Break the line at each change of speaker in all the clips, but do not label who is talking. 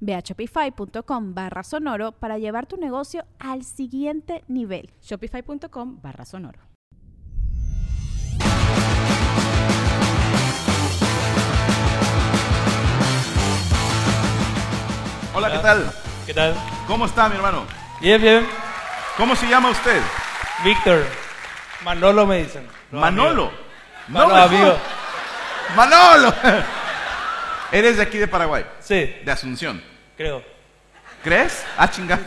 Ve a shopify.com barra sonoro para llevar tu negocio al siguiente nivel.
Shopify.com barra sonoro.
Hola, ¿qué tal?
¿Qué tal?
¿Cómo está, mi hermano?
Bien, bien.
¿Cómo se llama usted?
Víctor. Manolo me dicen. Los
Manolo.
amigos.
No
Manolo,
me
amigo.
jodas. Manolo. Eres de aquí de Paraguay,
Sí,
de Asunción.
creo.
¿Crees? Ah, chinga.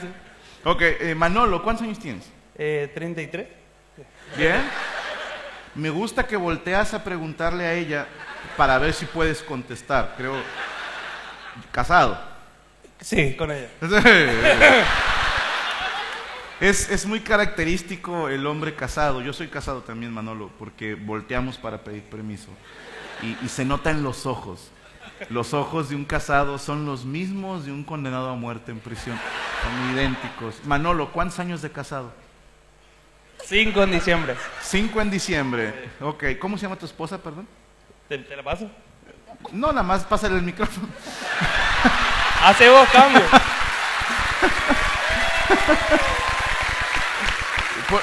Ok, eh, Manolo, ¿cuántos años tienes?
Eh, 33.
Bien. Me gusta que volteas a preguntarle a ella para ver si puedes contestar. Creo. Casado.
Sí, con ella.
Es, es muy característico el hombre casado. Yo soy casado también, Manolo, porque volteamos para pedir permiso. Y, y se nota en los ojos. Los ojos de un casado son los mismos de un condenado a muerte en prisión. Son idénticos. Manolo, ¿cuántos años de casado?
5 en diciembre.
Cinco en diciembre. Ok, ¿cómo se llama tu esposa, perdón?
¿Te, te la paso?
No, nada más pásale el micrófono.
Hace vos cambio.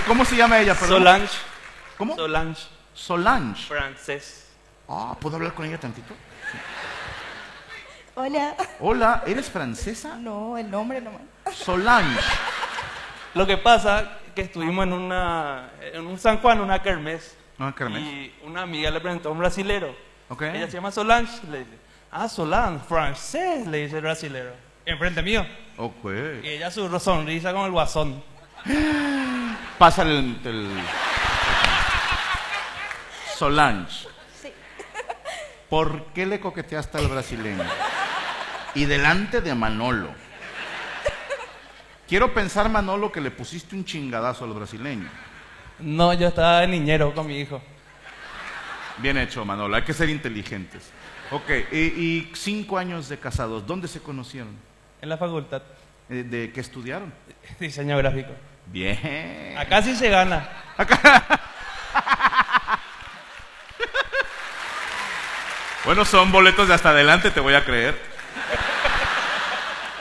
¿Cómo se llama ella, perdón?
Solange.
¿Cómo?
Solange.
Solange.
Francés.
Ah, ¿puedo hablar con ella tantito?
Hola.
Hola, ¿eres francesa?
No, el nombre nomás.
Solange.
Lo que pasa que estuvimos en una en un San Juan, una kermés.
Una kermés.
Y una amiga le preguntó a un brasilero.
Ok.
Ella se llama Solange, le dice. Ah, Solange, francés, le dice el brasilero. Enfrente mío.
Ok.
Y ella su sonrisa con el guasón.
Pásale el, el- Solange. ¿Por qué le coqueteaste al brasileño? Y delante de Manolo. Quiero pensar, Manolo, que le pusiste un chingadazo al brasileño.
No, yo estaba de niñero con mi hijo.
Bien hecho, Manolo. Hay que ser inteligentes. Ok, y, y cinco años de casados. ¿Dónde se conocieron?
En la facultad.
Eh, ¿De qué estudiaron?
Diseño gráfico.
Bien.
Acá sí se gana.
Bueno, son boletos de hasta adelante, te voy a creer.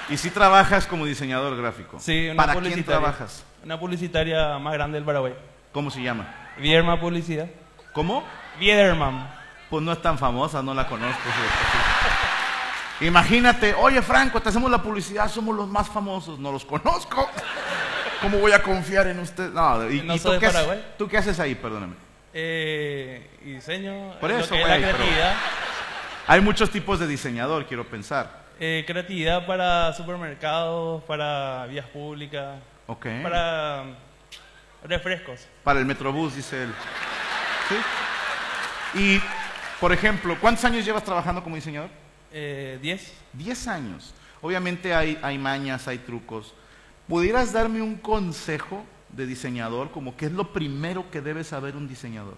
Y si trabajas como diseñador gráfico.
Sí, una
¿Para quién
publicitaria.
trabajas?
Una publicitaria más grande del Paraguay.
¿Cómo se llama?
Viederman Publicidad.
¿Cómo?
Viederman.
Pues no es tan famosa, no la conozco. sí. Imagínate, oye Franco, te hacemos la publicidad, somos los más famosos, no los conozco. ¿Cómo voy a confiar en usted? No, ¿y,
No
y
soy
tú,
de
qué haces-
Paraguay.
tú qué haces ahí? Perdóname.
Eh, y diseño.
Por
eh,
eso,
lo que es
güey,
la
pero-
creatividad.
Hay muchos tipos de diseñador, quiero pensar.
Eh, creatividad para supermercados, para vías públicas,
Ok.
para mm, refrescos.
Para el Metrobús, dice él. ¿Sí? Y, por ejemplo, ¿cuántos años llevas trabajando como diseñador?
Eh, 10.
Diez años. Obviamente hay, hay mañas, hay trucos. ¿Pudieras darme un consejo de diseñador? Como qué es lo primero que debe saber un diseñador.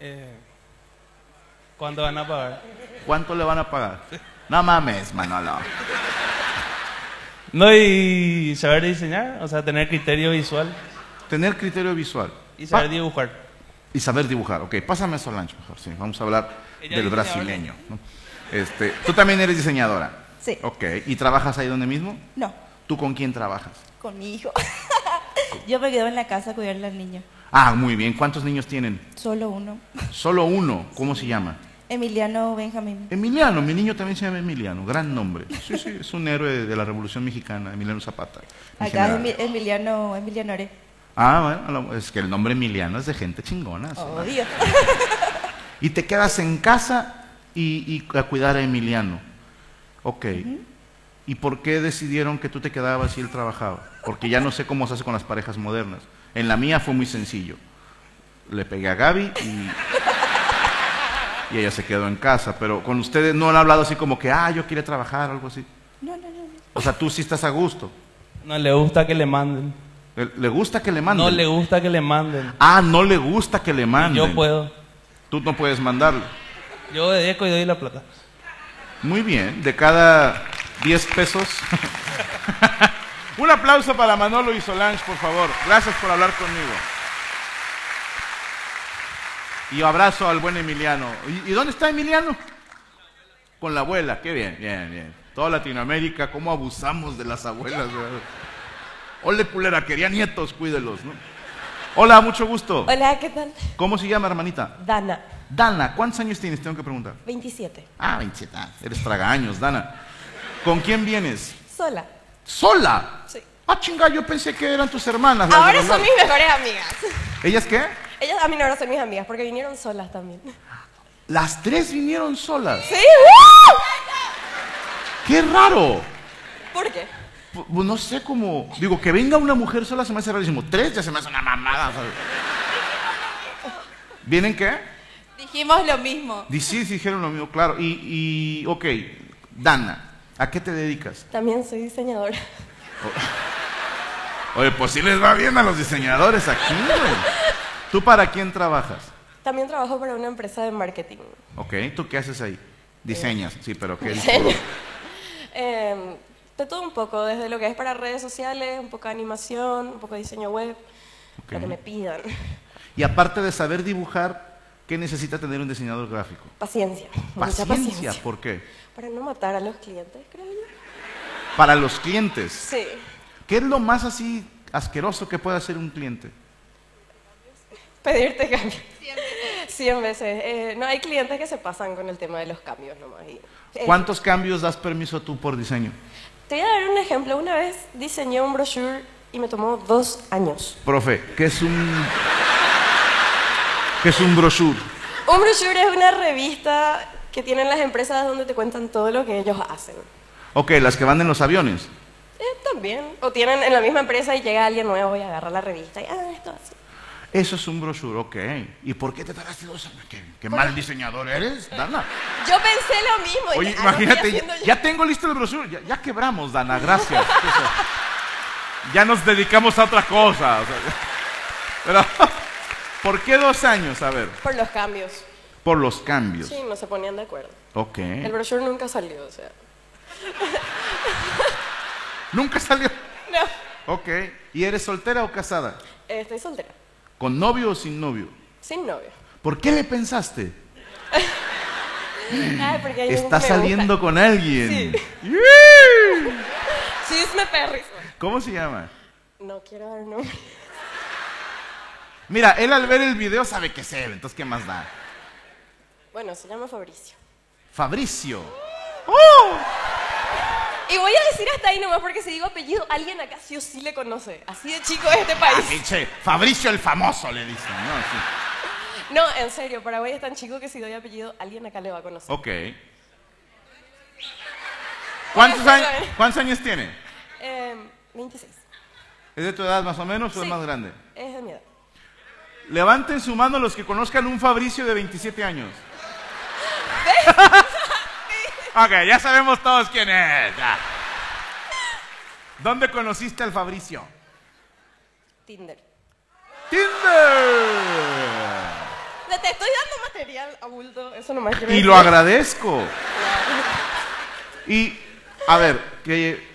Eh, ¿Cuánto van a pagar?
¿Cuánto le van a pagar? No mames, Manolo.
No, y saber diseñar, o sea, tener criterio visual
Tener criterio visual.
y saber
Pa-
dibujar.
y saber dibujar. Ok, pásame a Solange mejor. Sí, vamos a hablar
Ella
del
es diseñadora.
brasileño. ¿no? Este, Tú también eres diseñadora.
Sí.
Ok, ¿y trabajas ahí donde mismo?
No,
¿Tú con quién trabajas?
con mi hijo. Yo me quedo en la casa a cuidarle al niño.
Ah, muy bien. ¿Cuántos niños tienen?
Solo uno.
Solo uno. ¿Cómo se llama?
Emiliano Benjamín.
Emiliano. Mi niño también se llama Emiliano. Gran nombre. Sí, sí. Es un héroe de la Revolución Mexicana, Emiliano Zapata. mi
Acá es
general.
Emi- Emiliano, Emiliano Ore.
Ah, bueno, a lo- es que el nombre Emiliano es de gente chingona. sí.
Obvio.
Y te quedas en casa y, y a cuidar a Emiliano. Ok. ¿Y por qué decidieron que tú te quedabas y él trabajaba? Porque ya no sé cómo se hace con las parejas modernas. En la mía fue muy sencillo. Le pegué a Gaby y, y ella se quedó en casa. Pero con ustedes no han hablado así como que, ah, yo quiero trabajar o algo así.
No, no, no. no.
O sea, tú sí estás a gusto.
No le gusta que le manden.
Le, le gusta que le manden.
No le gusta que le manden.
Ah, no le gusta que le manden.
Yo puedo.
Tú no puedes mandarlo.
Yo obedezco y doy la plata.
Muy bien, de cada 10 pesos. Un aplauso para Manolo y Solange, por favor. Gracias por hablar conmigo. Y abrazo al buen Emiliano. ¿Y, y dónde está Emiliano? Con la abuela, qué bien, bien, bien. Toda Latinoamérica, cómo abusamos de las abuelas. ¿verdad? Ole, culera, quería nietos, cuídelos, ¿no? Hola, mucho gusto.
Hola, ¿qué tal?
¿Cómo se llama, hermanita?
Dana,
Dana, ¿cuántos años tienes? Tengo que preguntar.
27.
Ah, 27. ah, Eres tragaños, Dana. ¿Con quién vienes?
Sola.
¿Sola?
Sí.
Ah, chinga, yo pensé que eran tus hermanas. las de
Ahora
los
son
lados.
mis mejores amigas.
¿Ellas qué?
Ellas a mí no ahora son mis amigas porque vinieron solas también.
Las tres vinieron solas.
¡Sí! ¡uh!
¡Qué raro!
¿Por qué?
P- pues No sé cómo. Digo, que venga una mujer sola se me hace rarísimo. Tres ya se me hace una mamada. ¿sabes? ¿Vienen qué?
Dijimos lo mismo.
Di- Sí, sí, dijeron lo mismo, claro. Y, y, ok, Dana, ¿a qué te dedicas?
También soy diseñadora.
Oye, pues sí les va bien a los diseñadores aquí, güey. ¿Tú para quién trabajas?
También trabajo para una empresa de marketing.
Ok, ¿tú qué haces ahí? Diseñas, sí, pero ¿qué?
Diseño. Eh, de todo un poco, desde lo que es para redes sociales, un poco de animación, un poco de diseño web,
Ok.
lo que me pidan.
Y aparte de saber dibujar, ¿qué necesita tener un diseñador gráfico?
Paciencia, mucha
Paciencia,
paciencia.
¿por qué?
Para no matar a los clientes, creo yo.
Para los clientes.
Sí.
¿Qué es lo más así asqueroso que puede hacer un cliente?
Pedirte cambio. 100 veces. Eh, no, hay clientes que se pasan con el tema de los cambios nomás. y- Eh,
¿Cuántos cambios das permiso tú por diseño?
Te voy a dar un ejemplo. Una vez diseñé un brochure y me tomó dos años.
Profe, ¿qué es un... ¿Qué es un brochure?
Un brochure es una revista que tienen las empresas donde te cuentan todo lo que ellos hacen.
Ok, las que van en los aviones.
Eh, también. O tienen en la misma empresa y llega alguien nuevo y agarra la revista y, ah, esto así.
Eso es un brochure, ok. ¿Y por qué te tardaste dos años? ¿Qué, qué mal diseñador eres,
Eh.
Dana?
Yo pensé lo mismo. y
Oye,
dije, "Ah, no, estoy
imagínate,
haciendo
ya,
yo".
ya tengo listo el brochure, ya, ya quebramos, Dana, gracias. O sea, ya nos dedicamos a otra cosa. o sea, pero, ¿por qué dos años? A ver,
Por los cambios.
por los cambios.
Sí, no se ponían de acuerdo.
Ok.
El brochure nunca salió, o sea.
Nunca salió.
No.
Ok. ¿Y eres soltera o casada?
Eh, estoy soltera.
¿Con novio o sin novio?
Sin novio.
¿Por qué le pensaste?
Ay, porque hay un-
Está
me gusta.
saliendo con alguien.
Chisme perris.
¿Cómo se llama?
No quiero dar nombre.
Mira, él al ver el video sabe que es él, entonces ¿qué más da?
Bueno, se llama Fabricio.
Fabricio.
Y voy a decir hasta ahí nomás porque si digo apellido, alguien acá sí o sí le conoce. Así de chico es este
Ah,
país.
pinche, Fabricio el famoso, le dicen. ¿no? Sí.
No, en serio, Paraguay es tan chico que si doy apellido, alguien acá le va a conocer.
Ok. ¿Cuántos,
Bueno,
años-
bueno.
¿Cuántos años tiene?
Em, 26.
¿Es de tu edad más o menos o es
Sí.
más grande?
Es de mi edad.
Levanten su mano los que conozcan un Fabricio de 27 años. ok, ya sabemos todos quién es. ya. ¿Dónde conociste al Fabricio?
Tinder.
Tinder.
No, Te estoy dando material a bulto. Eso nomás quiero
Y
decir.
lo agradezco. Y, a ver, que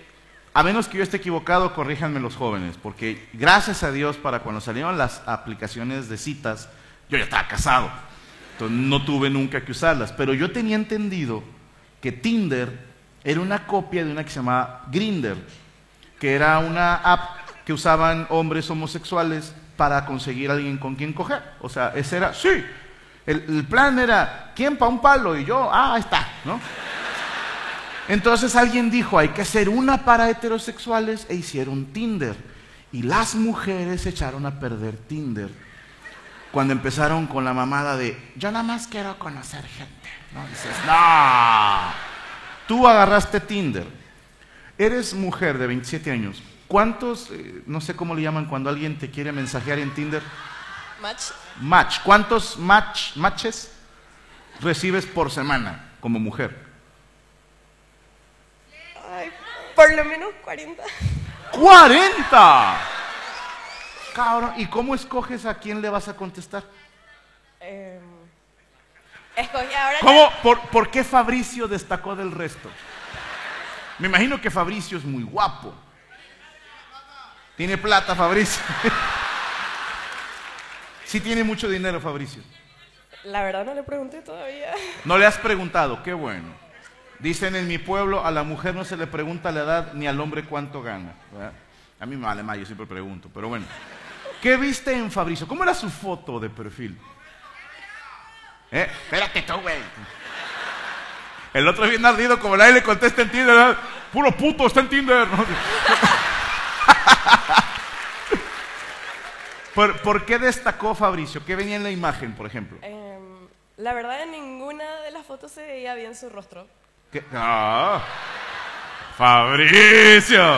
a menos que yo esté equivocado, corríjanme los jóvenes, porque gracias a Dios para cuando salieron las aplicaciones de citas, yo ya estaba casado. Entonces no tuve nunca que usarlas. Pero yo tenía entendido que Tinder era una copia de una que se llamaba Grinder, que era una app que usaban hombres homosexuales para conseguir a alguien con quien coger. O sea, ese era, sí. El, el plan era, ¿quién pa' un palo? Y yo, ah, ahí está, ¿no? Entonces alguien dijo, hay que hacer una para heterosexuales e hicieron Tinder. Y las mujeres se echaron a perder Tinder cuando empezaron con la mamada de yo nada más quiero conocer gente. ¿no? Dices, no, tú agarraste Tinder. Eres mujer de 27 años. ¿Cuántos, eh, no sé cómo le llaman cuando alguien te quiere mensajear en Tinder?
Match.
Match. ¿Cuántos match, matches recibes por semana como mujer?
Ay, por lo menos 40.
¡40! Cabrón, ¿y cómo escoges a quién le vas a contestar?
Eh, escogí ahora.
¿Cómo? ¿Por, por qué Fabricio destacó del resto? Me imagino que Fabricio es muy guapo. Tiene plata, Fabricio. Sí tiene mucho dinero, Fabricio.
La verdad no le pregunté todavía.
No le has preguntado, qué bueno. Dicen en mi pueblo, a la mujer no se le pregunta la edad ni al hombre cuánto gana. ¿verdad? A mí me vale más, yo siempre pregunto, pero bueno. ¿Qué viste en Fabricio? ¿Cómo era su foto de perfil? ¿Eh? Espérate tú, güey. El otro bien ardido, como nadie le contesta en Tinder, ¿verdad? puro puto, está en Tinder. ¿no? ¿Por, por qué destacó Fabricio? ¿Qué venía en la imagen, por ejemplo?
Em, la verdad, en ninguna de las fotos se veía bien su rostro.
¿Qué? ¡Ah! ¡Fabricio!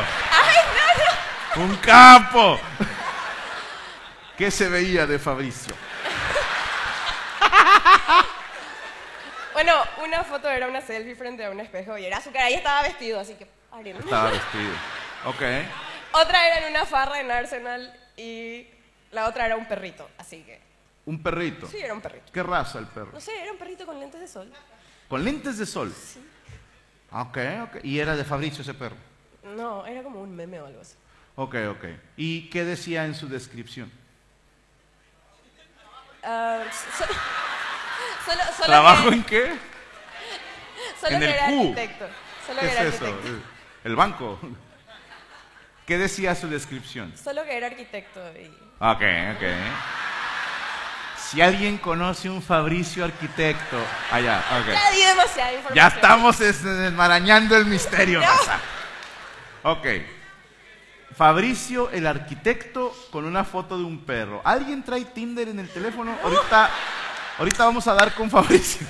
¡Un campo! ¿Qué se veía de Fabricio?
Bueno, una foto era una selfie frente a un espejo y era su cara y estaba vestido, así que. arena.
Estaba vestido. Ok.
Otra era en una farra en Arsenal y la otra era un perrito, así que.
Un perrito.
Sí, era un perrito.
¿Qué raza el perro?
No sé, era un perrito con lentes de sol.
Con lentes de sol. Ah, Ok, ok. Y era de Fabricio ese perro.
No, era como un meme o algo así.
Ok, ok. ¿Y qué decía en su descripción?
Ah, so- solo, solo
¿Trabajo
que,
en qué?
solo
en
que
el
era
Q.
arquitecto. Solo
¿Qué
que
es
era
eso?
arquitecto.
El banco. ¿Qué decía su descripción?
Solo que era arquitecto y.
Ok, ok. Si alguien conoce un Fabricio arquitecto, allá,
Ya
ok.
di demasiada información.
Ya estamos es- enmarañando el misterio, raza. Ok. Fabricio el arquitecto con una foto de un perro. ¿Alguien trae Tinder en el teléfono? Ahorita, ahorita vamos a dar con Fabricio.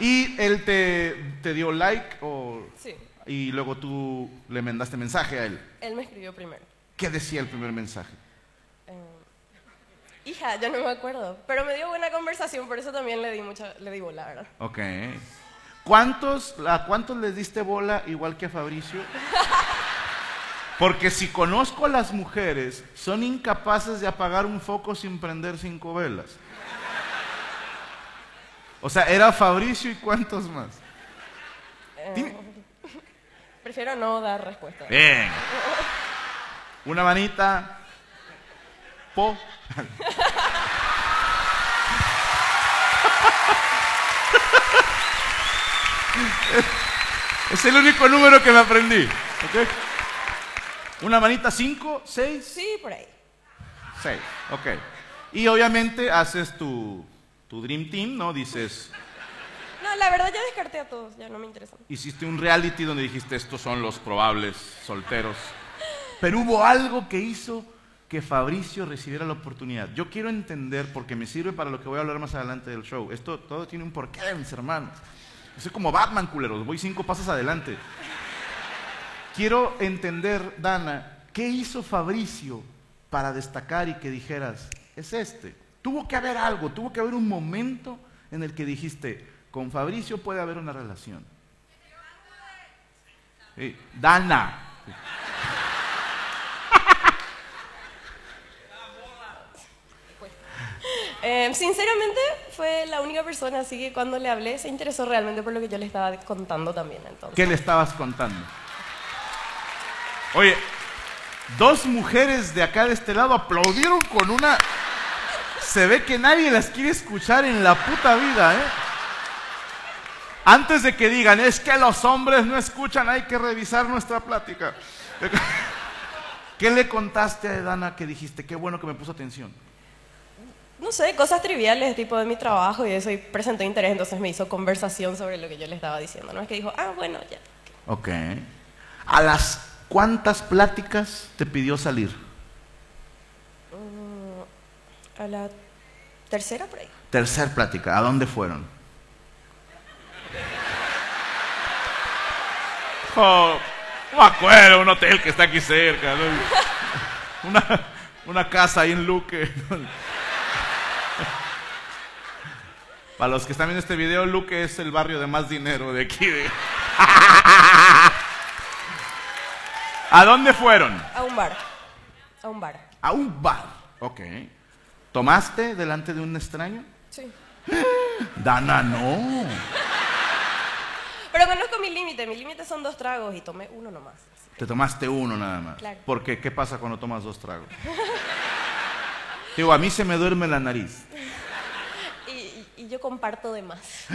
Y él te, te dio like o,
Sí,
y luego tú le mandaste mensaje a él.
él me escribió primero.
¿Qué decía el primer mensaje?
Eh, hija, yo no me acuerdo. Pero me dio buena conversación, por eso también le di mucha, le di bola, ¿verdad?
Ok. ¿Cuántos, ¿A cuántos les diste bola igual que a Fabricio? Porque si conozco a las mujeres, son incapaces de apagar un foco sin prender cinco velas. O sea, era Fabricio y cuántos más.
Eh,
Dime. Eh.
Prefiero no dar respuesta.
Bien. Una manita. Po. Es el único número que me aprendí. ¿ok? Una manita cinco, seis,
Sí, por ahí.
seis. Ok. Y obviamente haces tu, tu Dream Team, ¿no? Dices,
No, la verdad ya descarté a todos, ya no me interesan.
hiciste un reality donde dijiste estos son los probables solteros. Pero hubo algo que hizo que Fabricio recibiera la oportunidad. Yo quiero entender, porque me sirve para lo que voy a hablar más adelante del show. Esto todo tiene un porqué, mis hermanos. Yo soy como Batman, culeros. Voy cinco pasos adelante. Quiero entender, Dana, ¿qué hizo Fabricio para destacar y que dijeras, es este? Tuvo que haber algo, tuvo que haber un momento en el que dijiste, con Fabricio puede haber una relación. Sí, Dana.
Eh, sinceramente, fue la única persona, así que cuando le hablé se interesó realmente por lo que yo le estaba contando también, entonces.
¿Qué le estabas contando? Oye, dos mujeres de acá de este lado aplaudieron con una... Se ve que nadie las quiere escuchar en la puta vida, ¿eh? Antes de que digan, es que los hombres no escuchan, hay que revisar nuestra plática. ¿Qué le contaste a Dana que dijiste? Qué bueno que me puso atención.
No sé, cosas triviales, tipo de mi trabajo y eso, y presenté interés, entonces me hizo conversación sobre lo que yo le estaba diciendo. No es que dijo, ah, bueno, ya.
Ok. ¿A las cuántas pláticas te pidió salir?
A la tercera por ahí.
Tercer plática, ¿a dónde fueron? Oh, no me acuerdo, un hotel que está aquí cerca. ¿no? Una, una casa ahí en Luque. Para los que están viendo este video, Luque es el barrio de más dinero de aquí. de- ¿A dónde fueron?
A un bar. A un bar.
A un bar. Ok. ¿Tomaste delante de un extraño?
Sí.
Dana, no.
Pero conozco mi límite. Mi límite son dos tragos y tomé uno nomás.
Te tomaste uno nada más.
Claro.
Porque, ¿qué pasa cuando tomas dos tragos? Digo, a mí se me duerme la nariz.
Y, y- y yo comparto de más.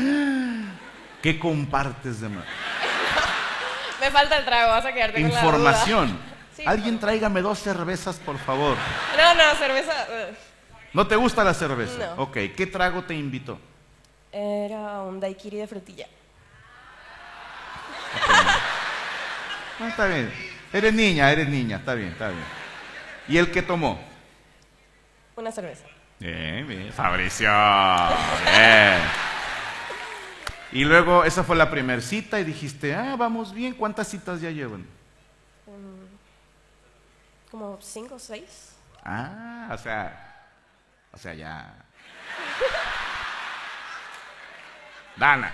¿Qué compartes de más?
Me falta el trago, vas a quedarte con la duda.
Información.
Sí,
Alguien
por
tráigame dos cervezas, por favor.
No, no, cerveza. eh.
¿No te gusta la cerveza?
No.
Ok, ¿qué trago te invitó?
Era un daiquiri de frutilla.
No, Ah, está bien. Eres niña, eres niña, está bien, está bien. ¿Y el que tomó?
Una cerveza.
Bien, bien. Fabricio. Bien. Y luego, esa fue la primer cita y dijiste, ah, vamos bien, ¿cuántas citas ya llevan?
Como cinco o seis.
Ah, o sea, o sea, ya. Dana.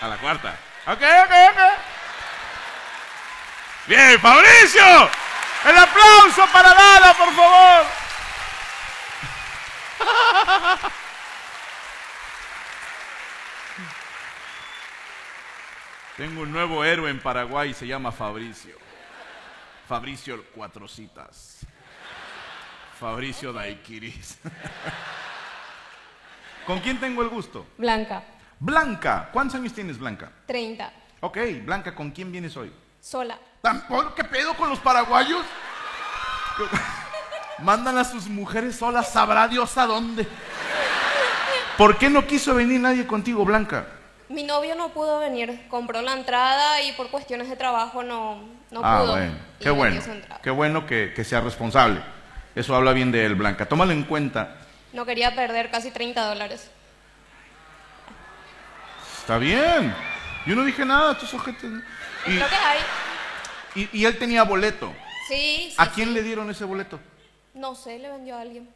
A la cuarta. Ok, ok, ok. Bien, Fabricio. El aplauso para Dana, por favor. Tengo un nuevo héroe en Paraguay, se llama Fabricio. Fabricio Cuatro Citas. Fabricio Daiquiris. ¿Con quién tengo el gusto?
Blanca,
Blanca. ¿Cuántos años tienes, Blanca?
30,
Ok, Blanca, ¿con quién vienes hoy?
sola.
¿Tampoco? ¿Qué pedo con los paraguayos? Mandan a sus mujeres solas, sabrá Dios a dónde. ¿Por qué no quiso venir nadie contigo, Blanca?
Mi novio no pudo venir, compró la entrada y por cuestiones de trabajo no, no
ah,
pudo.
bueno.
Y
Qué
vendió
bueno.
su entrada.
Qué bueno que, que sea responsable. Eso habla bien de él, Blanca. Tómalo en cuenta.
No quería perder casi 30 dólares.
Está bien. Yo no dije nada, tus ojetes.
Creo que hay.
Y, y- y él tenía boleto.
Sí, sí,
¿A quién le dieron ese boleto?
No sé, le vendió a alguien.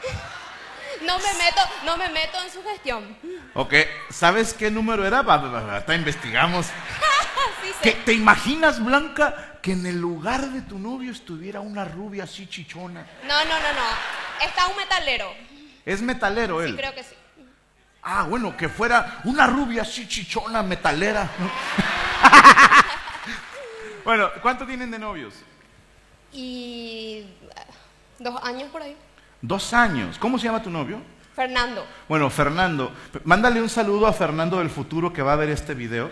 No me meto, no me meto en su gestión.
Ok, ¿sabes qué número era? Va, va, va, Hasta investigamos.
Sí, sé.
¿Qué- ¿Te imaginas, Blanca, que en el lugar de tu novio estuviera una rubia así chichona?
No, no, no, no. Está un metalero.
Es metalero él.
Sí, creo que sí.
Ah, bueno, que fuera una rubia así chichona, metalera. ¿no? bueno, ¿cuánto tienen de novios?
Y ah, dos años por ahí.
Dos años. ¿Cómo se llama tu novio?
Fernando,
Bueno, Fernando. P- Mándale un saludo a Fernando del futuro que va a ver este video.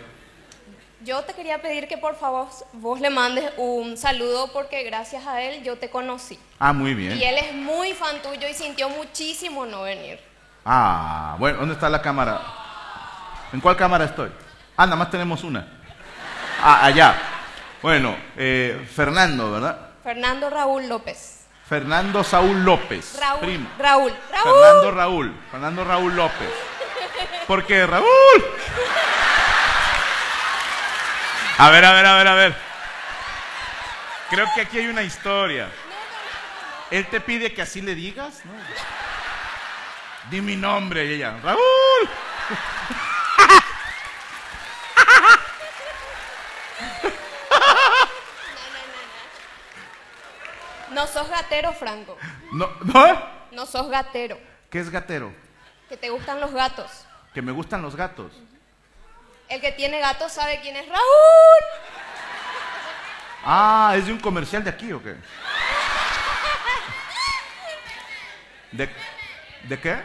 yo te quería pedir que por favor vos le mandes un saludo porque gracias a él yo te conocí.
Ah, muy bien.
Y él es muy fan tuyo y sintió muchísimo no venir.
Ah, bueno, ¿dónde está la cámara? ¿En cuál cámara estoy? Ah, nada más tenemos una. Ah, allá. Bueno, eh, Fernando, ¿verdad?
Fernando Raúl López.
Fernando Saúl López.
Raúl,
Primo.
Raúl, Raúl.
Fernando Raúl. Fernando Raúl López. ¿Por qué, Raúl? A ver, a ver, a ver, a ver. Creo que aquí hay una historia. Él te pide que así le digas, ¿no? Di mi nombre y ella, Raúl.
No sos gatero, Franco.
No, ¿no?
No sos gatero.
¿Qué es gatero?
Que te gustan los gatos.
Que me gustan los gatos.
El que tiene gatos sabe quién es Raúl.
Ah, ¿es de un comercial de aquí o qué? ¿De, de qué?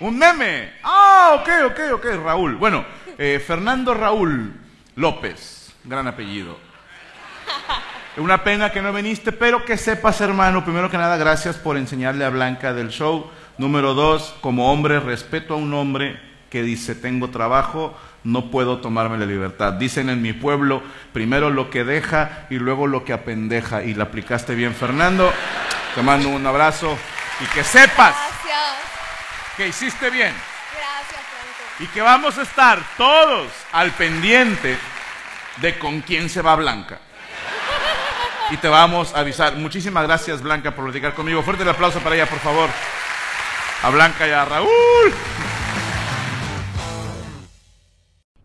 ¡Un meme! Ah, ok, ok, ok, Raúl. Bueno, eh, Fernando Raúl López, gran apellido. Una pena que no viniste, pero que sepas, hermano, primero que nada, gracias por enseñarle a Blanca del show. Número dos, como hombre, respeto a un hombre que dice, tengo trabajo, No puedo tomarme la libertad. Dicen en mi pueblo, primero lo que deja y luego lo que apendeja. Y la aplicaste bien, Fernando. Te mando un abrazo y que sepas
Gracias,
que hiciste bien
gracias, Franco.
y que vamos a estar todos al pendiente de con quién se va Blanca. Y te vamos a avisar. Muchísimas gracias, Blanca, por platicar conmigo. Fuerte el aplauso para ella, por favor. A Blanca y a Raúl.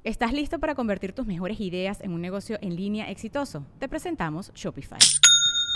¿Estás listo para convertir tus mejores ideas en un negocio en línea exitoso? Te presentamos Shopify.